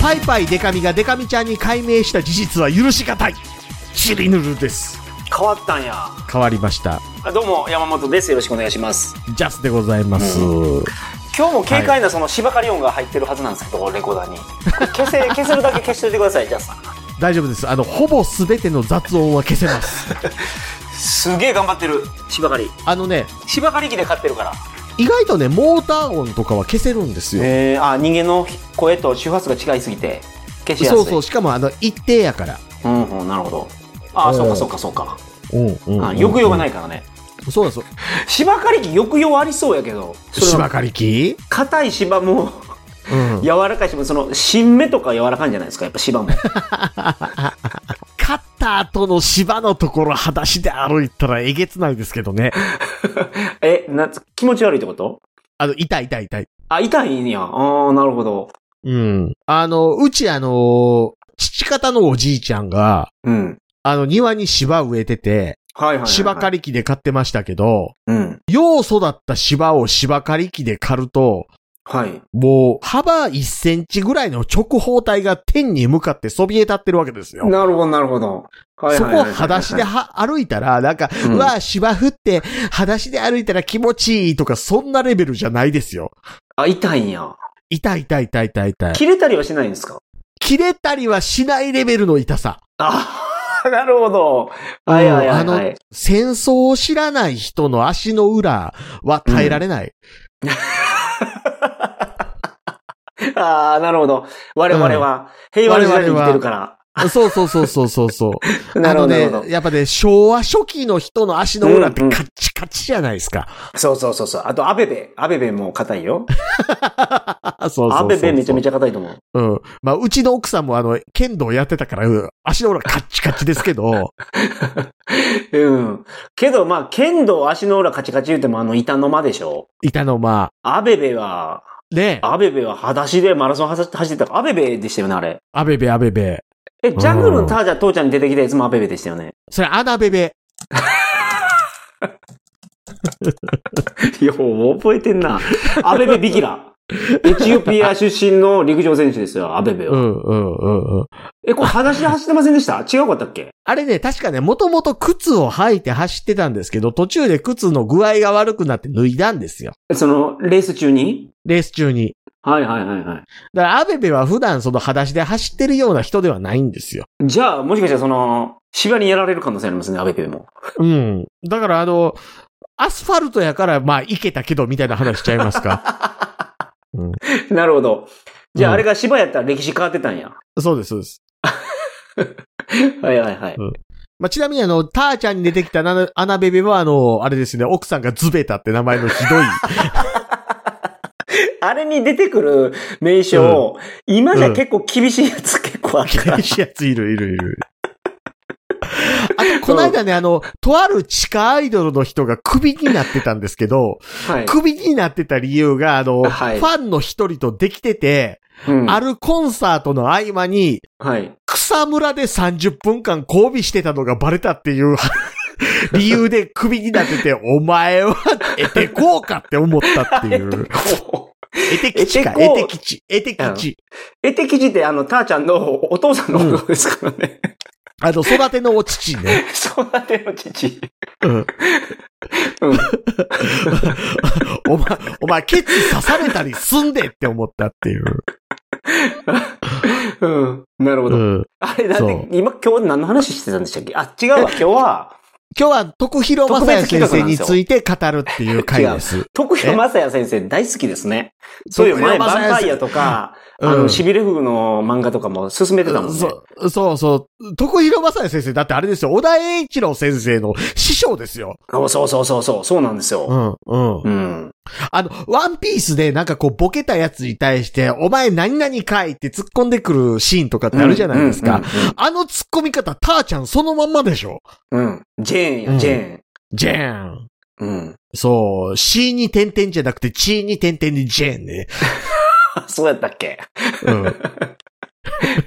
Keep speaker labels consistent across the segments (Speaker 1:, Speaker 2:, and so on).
Speaker 1: パイパイデカミがデカミちゃんに解明した事実は許しがたいシリヌルです
Speaker 2: 変わったんや
Speaker 1: 変わりました
Speaker 2: あどうも山本ですよろしくお願いします
Speaker 1: ジャスでございます、
Speaker 2: 今日も軽快なその芝刈り音が入ってるはずなんですけど、レコーダーにこれ消せ 消せるだけ消しといてくださいジャスさん
Speaker 1: 大丈夫ですあのほぼ全ての雑音は消せます
Speaker 2: すげえ頑張ってる芝刈り
Speaker 1: あのね
Speaker 2: 芝刈り機で買ってるから
Speaker 1: 意外とねモーター音とかは消せるんですよ、
Speaker 2: えー、あ人間の声と周波数が違いすぎて消しやすい
Speaker 1: そうそうしかもあの一定やから
Speaker 2: うんうんなるほどああ
Speaker 1: うん
Speaker 2: そうかそうかそうか、
Speaker 1: うんうん
Speaker 2: あ抑揚がないいからね
Speaker 1: そうなんですよ
Speaker 2: 芝刈り機抑揚ありそうやけどそれは
Speaker 1: 芝刈り機
Speaker 2: 硬い芝も
Speaker 1: うん
Speaker 2: 柔らかい芝もその新芽とか柔らかいんじゃないですかやっぱ芝 も
Speaker 1: カッターとの芝のところ裸足で歩いたらえげつないですけどね
Speaker 2: えな気持ち悪いってこと
Speaker 1: あの痛い痛い痛い
Speaker 2: あ痛いんやああなるほど
Speaker 1: うん。あの、うちあの、父方のおじいちゃんが、
Speaker 2: うん
Speaker 1: あの、庭に芝植えてて、
Speaker 2: はいはいはい、はい、
Speaker 1: 芝刈り機で刈ってましたけど、
Speaker 2: うん
Speaker 1: よう育った芝を芝刈り機で刈ると、
Speaker 2: はい
Speaker 1: もう、幅1センチぐらいの直方体が天に向かってそびえ立ってるわけですよ。
Speaker 2: なるほどなるほど、はい
Speaker 1: そ
Speaker 2: はい
Speaker 1: こを
Speaker 2: はいはい
Speaker 1: 裸足では歩いたら、なんか、
Speaker 2: う
Speaker 1: うんわあ、芝降って、裸足で歩いたら気持ちいいとか、そんなレベルじゃないですよ。
Speaker 2: あ痛いんや
Speaker 1: 痛い痛い痛い痛い痛い。
Speaker 2: 切れたりはしないんですか
Speaker 1: 切れたりはしないレベルの痛さ。
Speaker 2: ああ なるほどはいはいはいは
Speaker 1: あ
Speaker 2: い
Speaker 1: の戦争を知らない人の足の裏は耐えられない。
Speaker 2: ああ、なるほど。我々は平和の時代に生きてるから。
Speaker 1: そうそうそうそうそうそう。
Speaker 2: な
Speaker 1: あ
Speaker 2: るほ
Speaker 1: の
Speaker 2: ど、なるほ
Speaker 1: ね、やっぱね、昭和初期の人の足の裏ってカッチカチじゃないですか。
Speaker 2: ど。そうそうそうそう。あと、アベベ。アベベも硬いよ。
Speaker 1: そうそうそう
Speaker 2: アベベめちゃめ
Speaker 1: ち
Speaker 2: ちゃ硬いと思う。
Speaker 1: ゃ。うん。まあ、うちの奥さんもあの、剣道やってたから、うん足の裏カッチカチですけど、
Speaker 2: うん。 けど、まあ、剣道足の裏カチカチ言うてもあの板の間でしょ。
Speaker 1: 板の間。
Speaker 2: アベベは、
Speaker 1: ね、
Speaker 2: アベベは裸足でマラソン走ってたから、アベベでしたよね、あれ。
Speaker 1: アベベアベベ。
Speaker 2: え、ジャングルのタージャ父ちゃんに出てきたやつもアベベでしたよね。
Speaker 1: それ、アナベベ。
Speaker 2: よう覚えてんな。アベベビキラ。エチオピア出身の陸上選手ですよ、アベベ
Speaker 1: う
Speaker 2: は。
Speaker 1: んうんうんうん。
Speaker 2: え、これ裸足で走ってませんでした違うかったっけ
Speaker 1: あれね、確かね、もともと靴を履いて走ってたんですけど、途中で靴の具合が悪くなって脱いだんですよ。
Speaker 2: その、レース中に
Speaker 1: レース中に。
Speaker 2: はいはいはいは
Speaker 1: だ
Speaker 2: い。
Speaker 1: から、アベベは普段その裸足で走ってるような人ではないんですよ。
Speaker 2: じゃあ、もしかしたらその、芝にやられる可能性ありますね、アベペも。
Speaker 1: うん。だから、あの、アスファルトやから、まあ、行けたけど、みたいな話しちゃいます か。
Speaker 2: なるほど。じゃあ、
Speaker 1: うん
Speaker 2: あれが芝やったら歴史変わってたんや。
Speaker 1: そうです、そうです。
Speaker 2: はいはいはい。
Speaker 1: まあ、ちなみに、あの、ターちゃんに出てきたなアナベベは、あの、あれですね、奥さんがズベタって名前のひどい。
Speaker 2: あれに出てくる名称、今じゃ結構厳しいやつ結構あるから。
Speaker 1: 厳しいやついるいるいる。あと、この間ね、あの、とある地下アイドルの人がクビになってたんですけど、
Speaker 2: はい。
Speaker 1: クビになってた理由が、あの、
Speaker 2: はい
Speaker 1: ファンの一人とできてて、
Speaker 2: うん
Speaker 1: あるコンサートの合間に、
Speaker 2: はい。
Speaker 1: 草むらで30分間交尾してたのがバレたっていう 理由でクビになってて、お前は得てこうかって思ったって いう。
Speaker 2: こう
Speaker 1: 得て吉か、
Speaker 2: 得
Speaker 1: 得て
Speaker 2: てこう
Speaker 1: 吉、得て吉。
Speaker 2: 絵的字ってあの、ターちゃんのお父さんのことですから ね。
Speaker 1: あの、育てのお父ね。
Speaker 2: 育ての父。
Speaker 1: うん
Speaker 2: うん。
Speaker 1: お前、お前、ケツ刺されたりすんでって思ったっていう。
Speaker 2: うん。なるほど。
Speaker 1: ん。
Speaker 2: あれ、だっ
Speaker 1: そう
Speaker 2: て、今今日何の話してたんでしたっけあ、違うわ、今日は。
Speaker 1: 今日は徳弘正也先生について語るっていう回です。
Speaker 2: 徳弘正也先生大好きですね。 そういう
Speaker 1: 徳
Speaker 2: 前、
Speaker 1: 弘
Speaker 2: バ
Speaker 1: 正
Speaker 2: ン
Speaker 1: 也
Speaker 2: パイアとか、
Speaker 1: うん
Speaker 2: あの、しびれ風の漫画とかも進めてたもんね。
Speaker 1: そう、そうそう。徳弘正也先生、だってあれですよ、小田栄一郎先生の師匠ですよ。
Speaker 2: あそうそうそうそう、そうなんです
Speaker 1: う
Speaker 2: よ。
Speaker 1: ん、うん。
Speaker 2: うん。
Speaker 1: あの、ワンピースでなんかこう、ボケたやつに対して、お前何々かいって突っ込んでくるシーンとかってあるじゃないですか。あの突っ込み方、ターちゃんそのまんまでしょ。
Speaker 2: うん。うん。うんジ
Speaker 1: う
Speaker 2: ェーンよ、
Speaker 1: ん
Speaker 2: ジェ
Speaker 1: ジェーン。
Speaker 2: ーン。うん。
Speaker 1: そう、C に点々じゃなくて、チに点々にジェーンね。
Speaker 2: あそうやったっけ
Speaker 1: うん。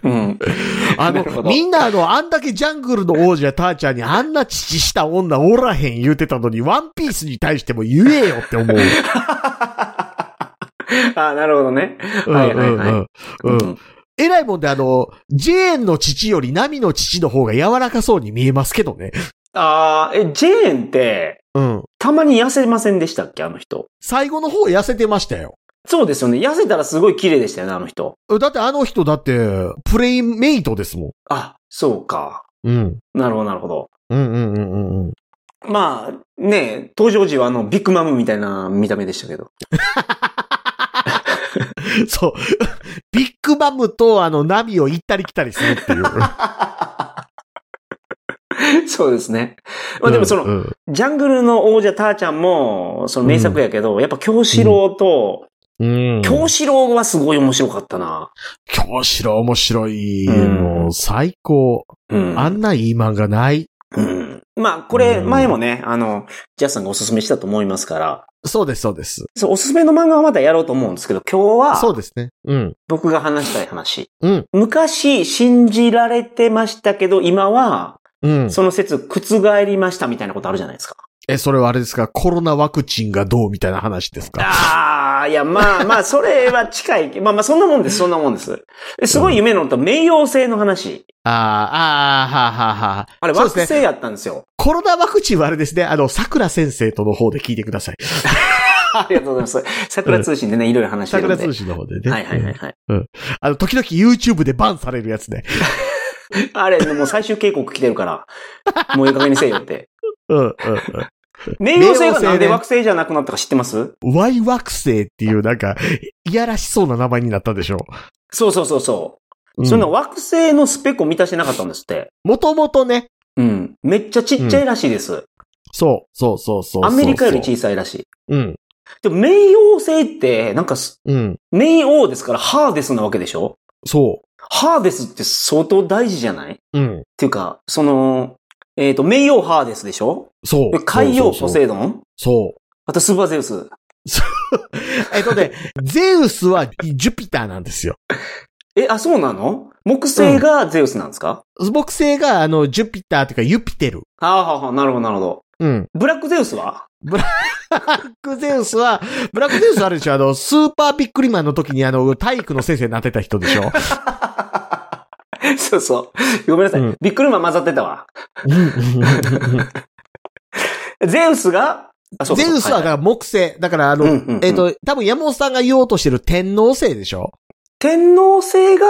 Speaker 2: うん。
Speaker 1: あ
Speaker 2: なるほ
Speaker 1: の、
Speaker 2: ど
Speaker 1: みんなあの、あんだけジャングルの王者ターちゃんにあんな父した女おらへん言うてたのに、ワンピースに対しても言えよって思う。
Speaker 2: あなるほどね。はいはいは
Speaker 1: う
Speaker 2: い。
Speaker 1: んうんうんうんえらいもんであの、ジェーンの父よりナミの父の方が柔らかそうに見えますけどね。
Speaker 2: ああ、え、ジェーンって、
Speaker 1: うん。
Speaker 2: たまに痩せませんでしたっけあの人。
Speaker 1: 最後の方痩せてましたよ。
Speaker 2: そうですよね。痩せたらすごい綺麗でしたよね、あの人。
Speaker 1: だってあの人だって、プレイメイトですも
Speaker 2: あ、そうか。
Speaker 1: ん。うん。
Speaker 2: なるほど、なるほど。
Speaker 1: うんうんうんうんうん。
Speaker 2: まあ、ね、登場時はあの、ビッグマムみたいな見た目でしたけど。
Speaker 1: そう。ビッグマムとあのナミを行ったり来たりする っていう。
Speaker 2: そうですね。まあでもその、
Speaker 1: うんうん
Speaker 2: ジャングルの王者ターちゃんも、その名作やけど、やっぱ京志郎と、
Speaker 1: うん。
Speaker 2: 京志郎はすごい面白かったな。
Speaker 1: 教師郎面白い。
Speaker 2: うん
Speaker 1: もう最高。
Speaker 2: うん。
Speaker 1: あんないい漫画ない。
Speaker 2: うん、まあ、これ、
Speaker 1: うん
Speaker 2: 前もね、あの、ジャスさんがおすすめしたと思いますから、
Speaker 1: そうです、そうです。
Speaker 2: そう、おすすめの漫画はまたやろうと思うんですけど、今日
Speaker 1: そう
Speaker 2: は、
Speaker 1: ですね。うん。
Speaker 2: 僕が話したい話。
Speaker 1: うん。
Speaker 2: 昔、信じられてましたけど、今は、
Speaker 1: うん。
Speaker 2: その説、覆りましたみたいなことあるじゃないですか。
Speaker 1: え、それはあれですかコロナワクチンがどうみたいな話ですか
Speaker 2: ああ、いや、まあ まあ、それは近い。まあまあ、そんなもんです、そんなもんです。ですごい夢のと、冥王星の話。
Speaker 1: ああ、ああ、はあはあはあ。
Speaker 2: あれ、
Speaker 1: そう
Speaker 2: 惑
Speaker 1: ですね
Speaker 2: 星やったんですよ。
Speaker 1: コロナワクチンはあれですね。あの、桜先生との方で聞いてください。
Speaker 2: ありがとうございます。桜通信でね、いろいろ話してるんで。
Speaker 1: 桜通信の方でね。
Speaker 2: はいはいは
Speaker 1: う
Speaker 2: い
Speaker 1: ん
Speaker 2: はい。
Speaker 1: あの、時々 YouTube でバンされるやつね。
Speaker 2: あれ、もう最終警告来てるから、もういい加減にせえよって。
Speaker 1: うん、うん、
Speaker 2: 冥王星
Speaker 1: 冥王
Speaker 2: が
Speaker 1: 星
Speaker 2: なんで
Speaker 1: ね
Speaker 2: 惑星じゃなくなったか知ってます
Speaker 1: うん。Y 惑星っていうなんか、いやらしそうな名前になったでしょ
Speaker 2: そうそうそうそうう。
Speaker 1: ん。
Speaker 2: そんな惑星のスペックを満たしてなかったんですって。
Speaker 1: もともとね。
Speaker 2: うん。めっちゃちっちゃいらしいです。
Speaker 1: そう、そうそうそうそう。
Speaker 2: アメリカより小さいらしい。
Speaker 1: うん、
Speaker 2: でも、冥王星って、なんかす、
Speaker 1: うん。
Speaker 2: 冥王ですからハーデスなわけでしょ
Speaker 1: そ
Speaker 2: ハーデスって相当大事じゃないっ
Speaker 1: う。うん。
Speaker 2: ていうか、その、えっ、と、冥王ハーデスでしょ
Speaker 1: そう
Speaker 2: で。海
Speaker 1: そ
Speaker 2: 洋ポ
Speaker 1: うそう
Speaker 2: セイドン
Speaker 1: そう。
Speaker 2: あとスーパーゼウス。
Speaker 1: そう。えっと ね、ゼウスはジュピターなんですよ。
Speaker 2: え、あ、そうなの木星がゼウスなんですか、
Speaker 1: 木星があの、ジュピターというかユピテル。
Speaker 2: ああ、はあはあなるほど、なるほど。
Speaker 1: うん。
Speaker 2: ブラックゼウスは
Speaker 1: ブラックゼウスは、ブラックゼウスあるでしょあの、スーパービックリマンの時にあの、体育の先生になってた人でしょ
Speaker 2: そうそう。ごめんなさい。
Speaker 1: うん
Speaker 2: ビックリマン混ざってたわ。ゼウスが、あ、そうか
Speaker 1: ゼ
Speaker 2: そうか
Speaker 1: ウスはだから木星。だからあの、
Speaker 2: うんうんうん
Speaker 1: えっ、と、多分山本さんが言おうとしてる天皇星でしょ
Speaker 2: 天皇星が、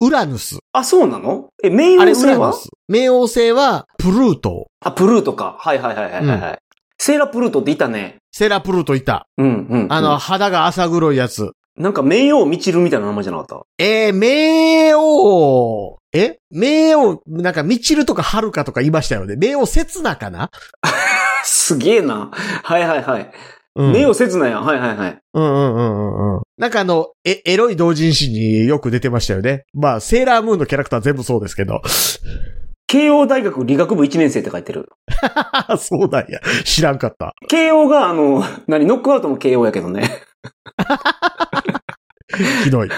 Speaker 1: ウラヌス。
Speaker 2: あ、そうなのえ、冥王
Speaker 1: あれ、ウ
Speaker 2: 星
Speaker 1: ラヌ
Speaker 2: は
Speaker 1: ス。冥王星は、プルート。
Speaker 2: あプルートか。はいはいはいはいはい。はいセーラプルートっていたね。
Speaker 1: セラプルートいた。
Speaker 2: うんうん、うん。
Speaker 1: あの、、肌が浅黒いやつ。
Speaker 2: なんか冥王みちるみたいな名前じゃなかった
Speaker 1: えー、冥王、え冥王、なんか、ミチルとかハルカとか言いましたよね。冥王刹那かな
Speaker 2: すげえな。はいはいはい。
Speaker 1: うん。
Speaker 2: 冥王刹那や。はいはいはい。
Speaker 1: うんうんうんうんうん。なんかあの、え、エロい同人誌によく出てましたよね。まあ、セーラームーンのキャラクター全部そうですけど。
Speaker 2: 慶応大学理学部1年生って書いてる。
Speaker 1: あそうなんや。知らんかった。
Speaker 2: 慶応が、あの、何、ノックアウトも慶応やけどね。
Speaker 1: ひどい。うん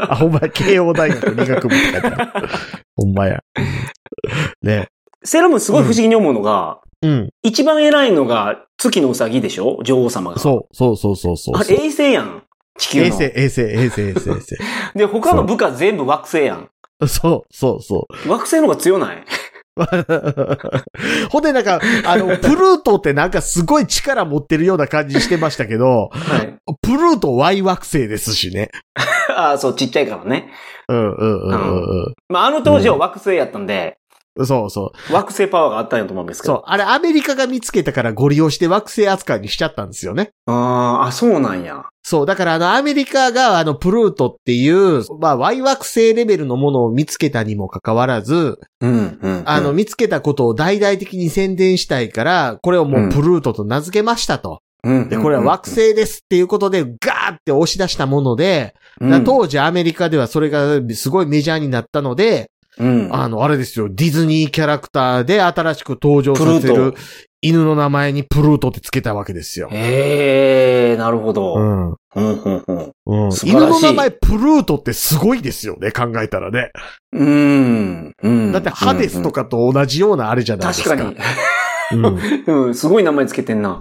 Speaker 1: あ、ほんまや、慶応大学理学部って書いてある。ほんまや。ね。
Speaker 2: セーラムーンすごい不思議に思うのが、
Speaker 1: うん。
Speaker 2: 一番偉いのが月のうさぎでしょ女王様が。
Speaker 1: そう、そうそうそうそう
Speaker 2: あ
Speaker 1: そう
Speaker 2: れ。衛星やん。地球の。
Speaker 1: 衛星、衛星、衛星、衛星、衛星。
Speaker 2: で、他の部下全部惑星やん。
Speaker 1: そう、そう、そう。
Speaker 2: 惑星の方が強ない
Speaker 1: ほんでなんか、あの、プルートってなんかすごい力持ってるような感じしてましたけど、
Speaker 2: はい。
Speaker 1: プルート Y 惑星ですしね。
Speaker 2: ああ、そう、ちっちゃいからね。
Speaker 1: うんうんうんうん
Speaker 2: まあ、あの当時は惑星やったんで、
Speaker 1: うん。そうそう。
Speaker 2: 惑星パワーがあったんやと思うんですけ
Speaker 1: そ
Speaker 2: ど。
Speaker 1: う。あれアメリカが見つけたからご利用して惑星扱いにしちゃったんですよね。
Speaker 2: あーあ、そうなんや。
Speaker 1: そう。だからあのアメリカがあのプルートっていう、まあ Y 惑星レベルのものを見つけたにもかかわらず、
Speaker 2: うん、うん。
Speaker 1: あの
Speaker 2: うん、
Speaker 1: 見つけたことを大々的に宣伝したいから、これをもうプルートと名付けましたと。
Speaker 2: うん
Speaker 1: で、これは惑、星ですっていうことでガーって押し出したもので、
Speaker 2: うん
Speaker 1: だから、当時アメリカではそれがすごいメジャーになったので、
Speaker 2: うん。
Speaker 1: あの、あれですよ、ディズニーキャラクターで新しく登場
Speaker 2: プ
Speaker 1: さ
Speaker 2: ル
Speaker 1: せ
Speaker 2: ー
Speaker 1: る
Speaker 2: ト。
Speaker 1: 犬の名前にプルートってつけたわけですよ。
Speaker 2: へえー、なるほど。
Speaker 1: うん。うん。
Speaker 2: うん、うん、うん。素晴らしい
Speaker 1: 犬の名前プルートってすごいですよね、考えたらね。
Speaker 2: うん。うん。
Speaker 1: だってハデスとかと同じようなあれじゃないです
Speaker 2: 確
Speaker 1: か。
Speaker 2: かに。
Speaker 1: うん。
Speaker 2: うん、すごい名前つけてんな。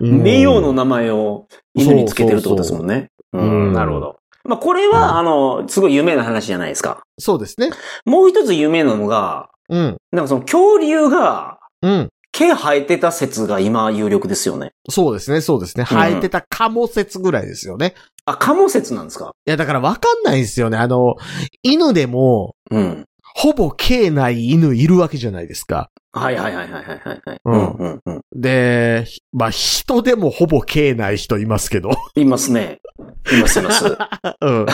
Speaker 1: うん
Speaker 2: 名誉の名前を犬につけてるってことですもんね。
Speaker 1: う
Speaker 2: うんん、なるほど。まあ、これは、あの、すごい有名な話じゃないですか。
Speaker 1: そうですね。
Speaker 2: もう一つ有名なのが、
Speaker 1: うん。
Speaker 2: なんかその恐竜が
Speaker 1: うん。
Speaker 2: 毛生えてた説が今有力ですよね。
Speaker 1: そうですね、そうですね。生えてたかも説ぐらいですよね。
Speaker 2: あ、カモ説なんですか
Speaker 1: いや、だからわかんないですよね。あの、犬でも、
Speaker 2: うん。
Speaker 1: ほぼ毛ない犬いるわけじゃないですか。
Speaker 2: はいはいはいはいはいはいはい。
Speaker 1: うん
Speaker 2: うんうん。
Speaker 1: で、まあ、人でもほぼ毛ない人いますけど。
Speaker 2: いますね。いますいます。
Speaker 1: うん。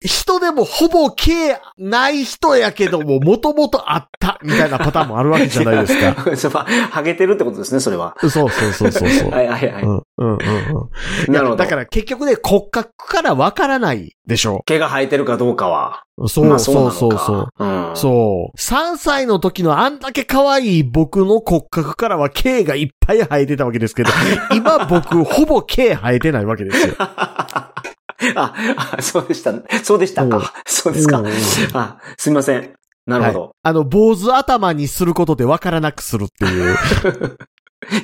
Speaker 1: 人でもほぼ毛ない人やけども、もともとあった、みたいなパターンもあるわ けじゃないですか。
Speaker 2: か。そば、 ハゲてるってことですね、それは。
Speaker 1: そうそうそうそうそう。
Speaker 2: はいはいは
Speaker 1: うん、うん、うん
Speaker 2: い。
Speaker 1: うん。
Speaker 2: なるほど。
Speaker 1: だから結局ね、骨格からわからないでしょ
Speaker 2: 毛が生えてるかどうかは。
Speaker 1: う。そう、
Speaker 2: まあ
Speaker 1: そう
Speaker 2: なの
Speaker 1: そう
Speaker 2: か
Speaker 1: そう。。
Speaker 2: うん。
Speaker 1: そう。3歳の時のあんだけ可愛い僕の骨格からは毛がいっぱい生えてたわけです けど、今僕ほぼ毛生えてないわけですよ。
Speaker 2: あ、あそうでした。そうでした
Speaker 1: うん
Speaker 2: か。そうですか
Speaker 1: うん。
Speaker 2: あ、すみません。なるほど。
Speaker 1: あの、坊主頭にすることでわからなくするっていう。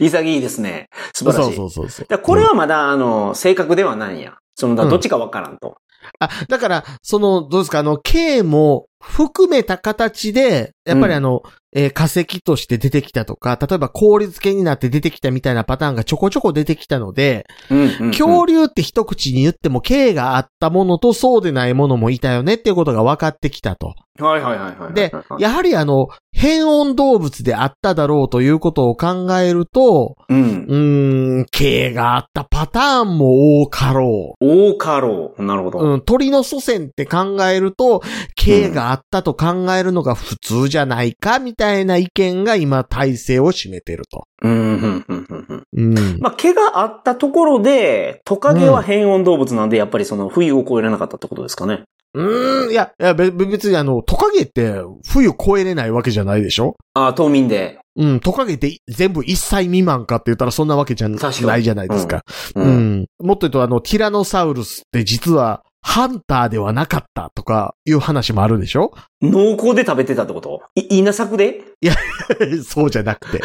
Speaker 2: 潔いですね。素
Speaker 1: そう
Speaker 2: 晴らしい。
Speaker 1: そうそうそう。
Speaker 2: だからこれはまだ、あの、正確ではないんや。その、だからどっちかわからんと。
Speaker 1: あ、だから、その、どうですか、あの、K も含めた形で、やっぱりあの、えー化石として出てきたとか、例えば氷漬けになって出てきたみたいなパターンがちょこちょこ出てきたので、
Speaker 2: うんうんうん
Speaker 1: 恐竜って一口に言っても K があったものとそうでないものもいたよねっていうことが分かってきたと。
Speaker 2: はいはいはいはいはい。
Speaker 1: で
Speaker 2: はいはい、
Speaker 1: やはりあの、変温動物であっただろうということを考えると、
Speaker 2: うん。
Speaker 1: うーん、K があったパターンも多かろう。
Speaker 2: 大家老。なるほど。
Speaker 1: うん、鳥の祖先って考えると、刑があったと考えるのが普通じゃないか、みたいな意見が今、体制を占めてると。
Speaker 2: うん、うん、うん、うんうん。
Speaker 1: うん。
Speaker 2: まあ、毛があったところで、トカゲは変温動物なんで、やっぱりその、冬を越えれなかったってことですかね。
Speaker 1: うん、いや、いや、べべ別にあの、トカゲって冬越えれないわけじゃないでしょ
Speaker 2: ああ、冬眠で。
Speaker 1: うん、トカゲって全部1歳未満かって言ったらそんなわけじゃ
Speaker 2: 確かに
Speaker 1: ないじゃないですか。
Speaker 2: う。
Speaker 1: うんん。もっと言うとあの、ティラノサウルスって実は、ハンターではなかったとかいう話もあるでしょ
Speaker 2: 濃厚で食べてたってことい稲作で
Speaker 1: そうじゃなくて。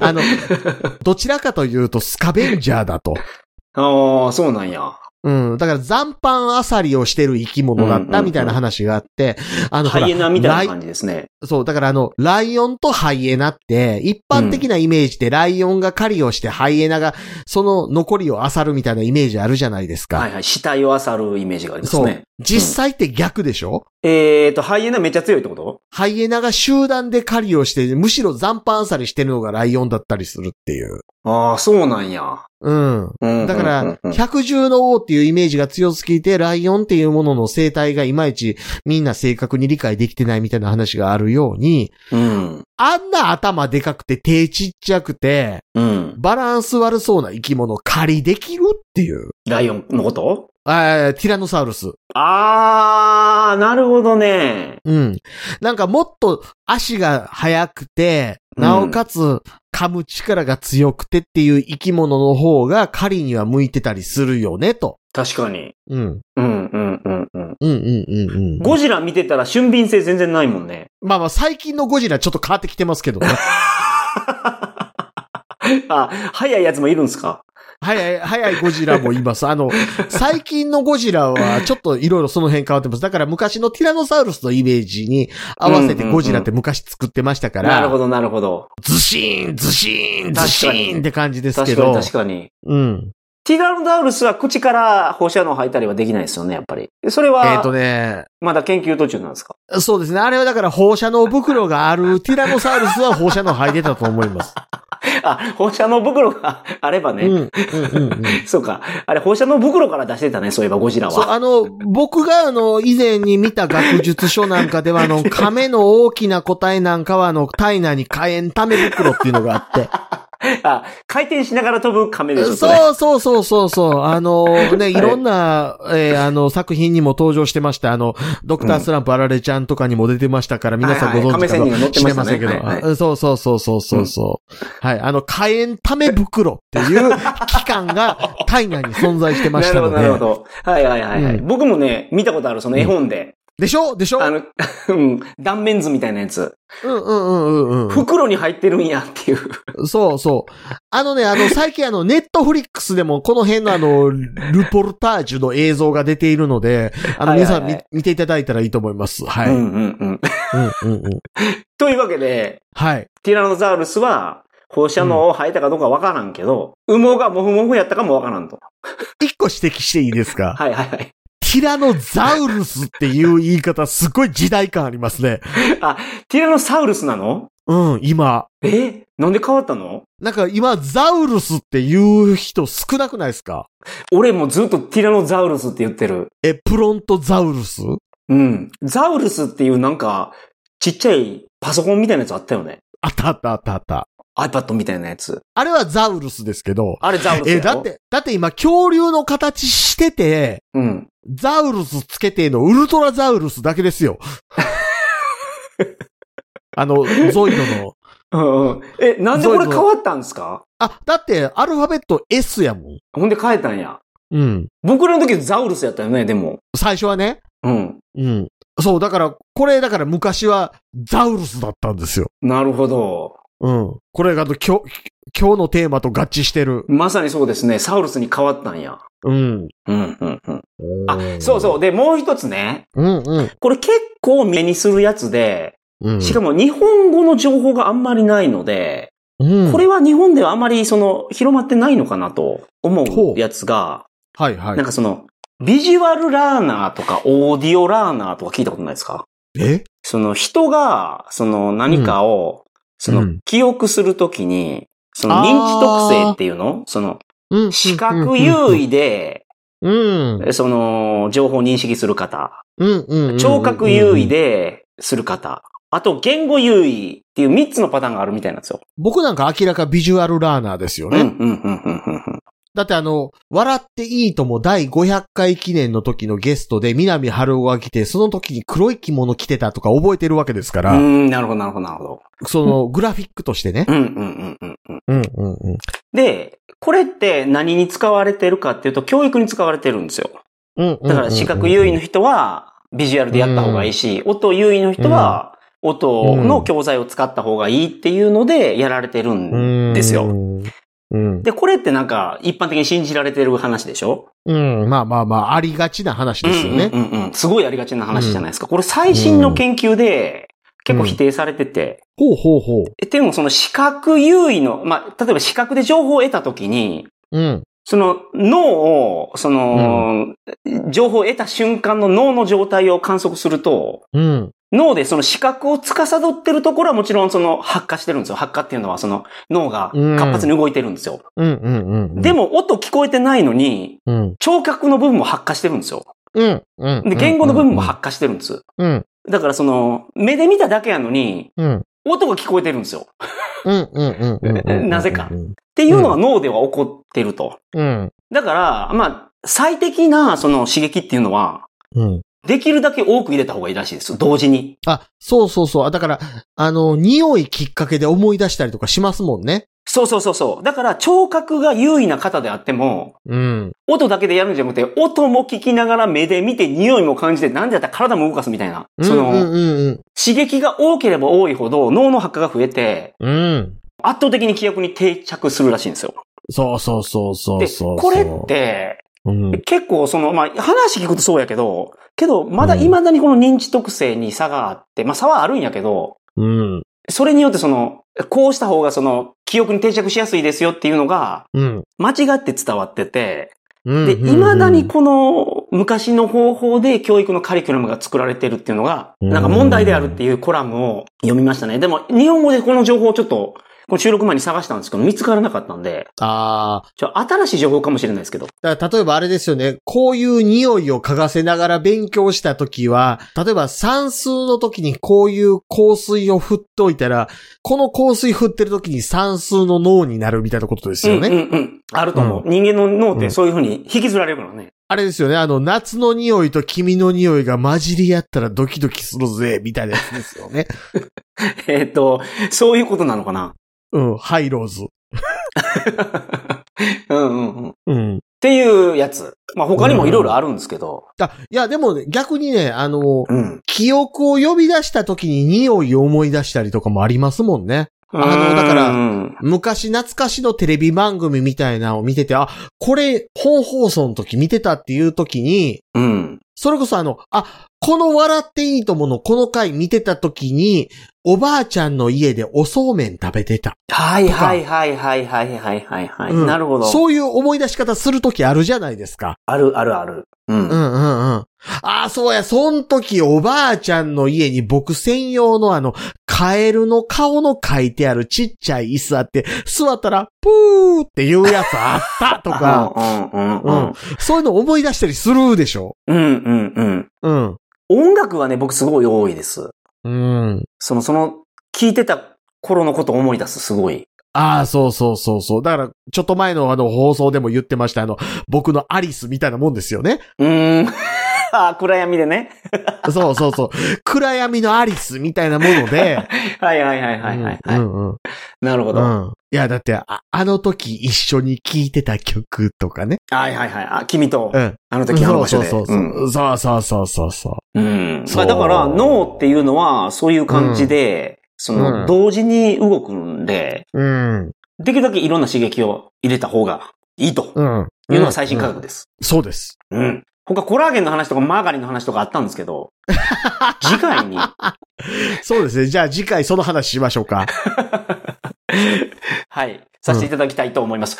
Speaker 1: あの、どちらかというとスカベンジャーだと。
Speaker 2: ああ、そうなんや。
Speaker 1: うん。だから残飯あさりをしてる生き物だ
Speaker 2: う
Speaker 1: っ
Speaker 2: んうんう
Speaker 1: た
Speaker 2: ん
Speaker 1: みたいな話があって、あの、ほ
Speaker 2: ハ
Speaker 1: ら
Speaker 2: イエナみたいな
Speaker 1: ライ
Speaker 2: 感じですね。
Speaker 1: そう、だからあの、ライオンとハイエナって、一般的なイメージでライオンが狩りをしてハイエナがその残りを漁るみたいなイメージあるじゃないですか。
Speaker 2: はいはい。死体を漁るイメージがあります
Speaker 1: そう
Speaker 2: ね。。
Speaker 1: 実際って逆でしょ、
Speaker 2: えーと、ハイエナめっちゃ強いってこと
Speaker 1: ハイエナが集団で狩りをして、むしろ残飯あさりしてるのがライオンだったりするっていう。
Speaker 2: ああ、そうなんや。
Speaker 1: うん。
Speaker 2: うん
Speaker 1: だか
Speaker 2: うんう
Speaker 1: ら
Speaker 2: んう、ん
Speaker 1: 百獣の王っていうイメージが強すぎて、ライオンっていうものの生態がいまいちみんな正確に理解できてないみたいな話があるように、
Speaker 2: うん。
Speaker 1: あんな頭でかくて手ちっちゃくて、
Speaker 2: うん。
Speaker 1: バランス悪そうな生き物狩りできるっていう。
Speaker 2: ライオンのこと
Speaker 1: あーティラノサウルス。
Speaker 2: ああ、なるほどね。
Speaker 1: うん。なんかもっと足が速くて、
Speaker 2: うん
Speaker 1: なおかつ噛む力が強くてっていう生き物の方が狩りには向いてたりするよね、と。
Speaker 2: 確かに。
Speaker 1: うん。
Speaker 2: うん、うん、うん、
Speaker 1: うん
Speaker 2: うん。
Speaker 1: うんうんうん。
Speaker 2: ゴジラ見てたら俊敏性全然ないもんね。
Speaker 1: まあまあ、最近のゴジラちょっと変わってきてますけ どね。
Speaker 2: あ、早いやつもいるんすか
Speaker 1: 早い、早いゴジラもいます。あの、最近のゴジラはちょっといろいろその辺変わってます。だから昔のティラノサウルスのイメージに合わせてゴジラって昔作ってましたから、
Speaker 2: なるほど、なるほど。
Speaker 1: ズシーン、ズシーン、ズシ
Speaker 2: 確か
Speaker 1: ー
Speaker 2: に
Speaker 1: ンって感じですけ
Speaker 2: 確かに、
Speaker 1: ど、
Speaker 2: 確かに。
Speaker 1: うん。
Speaker 2: ティラノダウルスは口から放射能を吐いたりはできないですよね、やっぱり。それ
Speaker 1: えっ、と
Speaker 2: は、
Speaker 1: ね、
Speaker 2: まだ研究途中なんですか
Speaker 1: そうですね。あれはだから放射能袋があるティラノサウルスは放射能入ってたと思います。
Speaker 2: あ、放射能袋があれば
Speaker 1: うん、う
Speaker 2: ね。
Speaker 1: ん、うん、うん。
Speaker 2: そうか。あれ、放射能袋から出してたね、そういえばゴジラ
Speaker 1: そう、
Speaker 2: は。
Speaker 1: あの、僕があの、以前に見た学術書なんかでは、あ の、亀の大きな個体なんかは、あの、体内に火炎ため袋っていうのがあって。
Speaker 2: あ、回転しながら飛ぶ亀でしょ、それ。
Speaker 1: そうそうそうそうそう。あの、ね、いろんな、えーあの、作品にも登場してました。あの、ドクタースランプあられちゃんとかにも出てましたから、皆さんご存知か
Speaker 2: はいはい亀仙
Speaker 1: も
Speaker 2: 人が乗って
Speaker 1: 知
Speaker 2: ま
Speaker 1: れ
Speaker 2: した
Speaker 1: ま
Speaker 2: ね
Speaker 1: せんけど。
Speaker 2: はい
Speaker 1: あそうそうそうそうそうそう、はい、あの、火炎ため袋って いう機関が体内に存在してま
Speaker 2: な
Speaker 1: し
Speaker 2: る
Speaker 1: た
Speaker 2: ほ
Speaker 1: の
Speaker 2: ど、
Speaker 1: で。
Speaker 2: なるほど。はいはいはいはい。
Speaker 1: うん
Speaker 2: 僕もね、見たことある、その絵本で。
Speaker 1: でしょでしょ
Speaker 2: あの、 うん、断面図みたいなやつ。
Speaker 1: うんうんうんうんう
Speaker 2: 袋に入ってるんやっていう。
Speaker 1: ん。そうそう。あのね、あの、最近あの、ネットフリックスでもこの辺のあの、ルポルタージュの映像が出ているので、あの、
Speaker 2: はい
Speaker 1: 皆
Speaker 2: はいは
Speaker 1: さ
Speaker 2: い
Speaker 1: ん見見ていただいたらいいと思います。はい。
Speaker 2: う
Speaker 1: うん
Speaker 2: んうんうん。
Speaker 1: うんうん。
Speaker 2: というわけで、
Speaker 1: はい。
Speaker 2: ティラノザウルスは、放射能を吐いたかどうかわからんけど、羽毛がモフモフやったかもわからんと。
Speaker 1: 一個指摘していいですか
Speaker 2: はいはいはい。
Speaker 1: ティラノザウルスっていう言い方、すごい時代感ありますね。
Speaker 2: ティラノサウルスなの
Speaker 1: うん、今。
Speaker 2: えなんで変わったの
Speaker 1: なんか今、ザウルスっていう人少なくないですか
Speaker 2: 俺もずっとティラノザウルスって言ってる。
Speaker 1: え、プロントザウルス
Speaker 2: うん。ザウルスっていうなんか、ちっちゃいパソコンみたいなやつあったよね。
Speaker 1: あったあったあったあった。
Speaker 2: iPad みたいなやつ。
Speaker 1: あれはザウルスですけど。
Speaker 2: あれザウルスや
Speaker 1: え、
Speaker 2: ろ
Speaker 1: だっ。て、だって今、恐竜の形してて、
Speaker 2: うん。
Speaker 1: ザウルスつけてのウルトラザウルスだけです よ。あの、ゾイドの。
Speaker 2: うんうん。え、なんでこれ変わったんですか
Speaker 1: あ、だって、アルファベット S やもん。
Speaker 2: ほんで変えたんや。
Speaker 1: うん。
Speaker 2: 僕らの時ザウルスやったよね、でも。
Speaker 1: 最初はね。
Speaker 2: うん。
Speaker 1: うん。そう、だから、これ、だから昔はザウルスだったんですよ。
Speaker 2: なるほど。
Speaker 1: うん。これが、あの今日、今日のテーマと合致してる。
Speaker 2: まさにそうですね。サウルスに変わったんや。
Speaker 1: うん。
Speaker 2: うん、うん、うん。あ、そうそう。で、もう一つね。
Speaker 1: う。うんうん。
Speaker 2: これ結構目にするやつで、
Speaker 1: うん。
Speaker 2: しかも日本語の情報があんまりないので、
Speaker 1: うん、
Speaker 2: これは日本ではあまりその広まってないのかなと思うやつが、
Speaker 1: はいはい
Speaker 2: なん。かその、ビジュアルラーナーとかオーディオラーナーとか聞いたことないですか
Speaker 1: え
Speaker 2: その人が、その何かを、そうの
Speaker 1: ん
Speaker 2: 記憶するときに、その認知特性っていうのその
Speaker 1: うん
Speaker 2: 視覚優位で、
Speaker 1: うん。
Speaker 2: その情報を認識する方、
Speaker 1: うんうん。うん
Speaker 2: 聴覚優位。でする方、あと言語優位っていう3つのパターンがあるみたいなんですよ。
Speaker 1: 僕なんか明らかビジュアルラーナーですよ
Speaker 2: うん、
Speaker 1: ね。
Speaker 2: うん、うん、うん、うんうん。
Speaker 1: だってあの、笑っていいとも第500回記念の時のゲストで南春夫が来て、その時に黒い着物着てたとか覚えてるわけですか
Speaker 2: う
Speaker 1: ら、
Speaker 2: ん、なるほど、なるほど、なるほど。
Speaker 1: そのグラフィックとしてね。
Speaker 2: うん、うん、うん、うんうん。
Speaker 1: うんうんうん。
Speaker 2: で、これって何に使われてるかっていうと、教育に使われてるんですよ。
Speaker 1: うん
Speaker 2: だから視覚優位の人はビジュアルでやった方がいいし、音優位の人は音の教材を使った方がいいっていうのでやられてるんですよ。。
Speaker 1: うん。
Speaker 2: で、これってなんか一般的に信じられてる話でしょ
Speaker 1: うん。まあまあまあ、ありがちな話ですよね。
Speaker 2: うんうんうん。すごいありがちな話じゃないですか。これ最新の研究で結構否定されてて。
Speaker 1: ほうほうほう。
Speaker 2: えっていうのもその視覚優位の、まあ、例えば視覚で情報を得た時に、
Speaker 1: うん。
Speaker 2: その脳を、その、情報を得た瞬間の脳の状態を観測すると、
Speaker 1: うん。
Speaker 2: 脳でその視覚を司ってるところはもちろんその発火してるんですよ。発火っていうのはその脳が活発に動いてるんですよ。
Speaker 1: うんうんうん。
Speaker 2: でも音聞こえてないのに、
Speaker 1: うん、
Speaker 2: 聴覚の部分も発火してるんですよ。
Speaker 1: うん。うん。
Speaker 2: で、言語の部分も発火してるんです。
Speaker 1: うん。
Speaker 2: だからその、目で見ただけやのに、
Speaker 1: うん。
Speaker 2: 音が聞こえてるんですよ。っ
Speaker 1: うん。うん。 うん。
Speaker 2: ていうのが脳では起こってると。
Speaker 1: うん。
Speaker 2: だから、まあ、最適なその刺激っていうのは、
Speaker 1: うん。
Speaker 2: できるだけ多く入れた方がいいらしいです。同時に。
Speaker 1: あ、そうそうそう。あだから、あの、匂いきっかけで思い出したりとかしますもんね。
Speaker 2: そうそうそうそう。だから聴覚が優位な方であっても、
Speaker 1: うん。
Speaker 2: 音だけでやるんじゃなくて、音も聞きながら目で見て匂いも感じて、なんでやったら体も動かすみたいな。その、
Speaker 1: うんうん
Speaker 2: 刺激が多ければ多いほど脳の発火が増えて、
Speaker 1: うん。うん。
Speaker 2: 圧倒的に記憶に定着するらしいんですよ。
Speaker 1: そうそうそうそう
Speaker 2: で、
Speaker 1: そう。
Speaker 2: これっ、て、
Speaker 1: うん。
Speaker 2: 結構その、まあ、話聞くとそうやけど、けど、まだ未だにこの認知特性に差があって、まあ、差はあるんやけど、
Speaker 1: うん。
Speaker 2: それによってその、こうした方がその、記憶に定着しやすいですよっていうのが、
Speaker 1: うん。
Speaker 2: 間違って伝わってて、
Speaker 1: うん。
Speaker 2: で、未だにこの昔の方法で教育のカリキュラムが作られてるっていうのが、
Speaker 1: うん
Speaker 2: なんか問題であるっていうコラムを読みましたね。でも、日本語でこの情報をちょっと、この収録前に探したんですけど、見つからなかったんで、
Speaker 1: ああ。
Speaker 2: ちょ、新しい情報かもしれないですけど。
Speaker 1: だから例えばあれですよね。こういう匂いを嗅がせながら勉強したときは、例えば算数の時にこういう香水を振っておいたら、この香水振ってる時に算数の脳になるみたいなことですよね。
Speaker 2: うんうんうん。あると思う。人間の脳ってそういうふうに引きずられるからね。
Speaker 1: あれですよね。あの、夏の匂いと君の匂いが混じり合ったらドキドキするぜ、みたいなやつですよね。
Speaker 2: えっと、そういうことなのかな。
Speaker 1: うん、ハイローズ。
Speaker 2: うんうんうん。っ
Speaker 1: うん。
Speaker 2: ていうやつ。まあ他にもいろいろあるんですけど。
Speaker 1: あいや、でもね逆にね、あの、
Speaker 2: うん。
Speaker 1: 記憶を呼び出した時に匂いを思い出したりとかもありますもんね。あのだから
Speaker 2: うん
Speaker 1: 昔懐かしのテレビ番組みたいなのを見てて、あ、これ本放送の時見てたっていう時に、
Speaker 2: うん。
Speaker 1: それこそあの、あ、この笑っていいとものこの回見てた時に、おばあちゃんの家でおそうめん食べてた。
Speaker 2: はいはいはいはいはいはいはいはい。
Speaker 1: うん
Speaker 2: なるほど。
Speaker 1: そういう思い出し方する時あるじゃないですか。
Speaker 2: あるあるある。うん。
Speaker 1: うんうんうん。ああ、そうや、そん時おばあちゃんの家に僕専用のあの、カエルの顔の書いてあるちっちゃい椅子あって、座ったら、プーっていうやつあったとか、
Speaker 2: うんうんうん
Speaker 1: そういうの思い出したりするでしょ
Speaker 2: うんうんうん。
Speaker 1: うん。
Speaker 2: 音楽はね、僕すごい多いです。
Speaker 1: うん。
Speaker 2: その、その、聞いてた頃のことを思い出す、すごい。
Speaker 1: ああ、そうそうそうそう。だから、ちょっと前のあの放送でも言ってました、あの、僕のアリスみたいなもんですよね。
Speaker 2: うーん。 あ、暗闇でね。
Speaker 1: そうそうそう。暗闇のアリスみたいなもので。
Speaker 2: はいはい はいはいはい。はい
Speaker 1: うんうんうん
Speaker 2: なるほど。
Speaker 1: うん。いや、だって、ああの時一緒に聴いてた曲とかね。
Speaker 2: はいはいはい。あ、君と
Speaker 1: う、ん。
Speaker 2: あの時あの
Speaker 1: そ
Speaker 2: 場
Speaker 1: うそ
Speaker 2: 所
Speaker 1: う
Speaker 2: で。
Speaker 1: そうそう。そうそうそうそうそう。
Speaker 2: うん。
Speaker 1: そう
Speaker 2: だから、脳っていうのは、そういう感じで、その、
Speaker 1: うん
Speaker 2: 同時に動くんで、
Speaker 1: うん。
Speaker 2: できるだけいろんな刺激を入れた方がいいと
Speaker 1: うん。
Speaker 2: いうのが最新科
Speaker 1: うん
Speaker 2: 学です。
Speaker 1: そうです。
Speaker 2: うん。他、コラーゲンの話とかマーガリンの話とかあったんです けど、次回に、
Speaker 1: そうですね。じゃあ次回その話しましょうか。
Speaker 2: はい、させていただきたいと思います。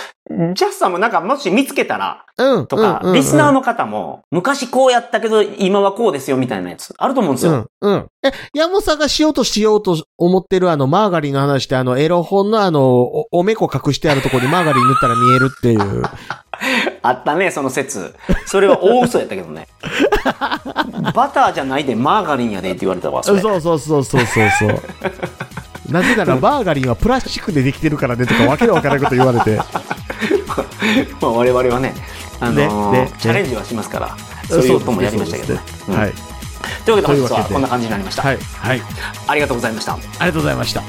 Speaker 2: ジャスさんもなんか、もし見つけたら、
Speaker 1: うん。
Speaker 2: とか、
Speaker 1: うん
Speaker 2: リスナー
Speaker 1: の。
Speaker 2: の方も、昔こうやったけど、今はこうですよ、みたいなやつ、あると思うんです
Speaker 1: う
Speaker 2: よ。
Speaker 1: ん。うん。え、山本さんがしようとしようと思ってるあの、マーガリンの話ってあの、エロ本のあの、お、おめこ隠してあるところにマーガリン塗ったら見えるっていう。
Speaker 2: あったね、その説。それは大嘘やったけどね。 バターじゃないで、マーガリンやでって言われたわ、そ
Speaker 1: そう
Speaker 2: れ。
Speaker 1: そうそうそうそうそう。 なぜなら、マーガリンはプラスチックでできてるからねとか、わけのわからないこと言われて。
Speaker 2: まあ我々はね、あのー
Speaker 1: ねね
Speaker 2: チャレンジはしますから、そういうこともやりましたけどね。うん
Speaker 1: はい。
Speaker 2: というわ
Speaker 1: と
Speaker 2: けで、本日
Speaker 1: いうわ
Speaker 2: は
Speaker 1: けで
Speaker 2: こんな感じになりました。
Speaker 1: はい。はい。
Speaker 2: ありがとうございました。
Speaker 1: ありがとうございました。
Speaker 2: こ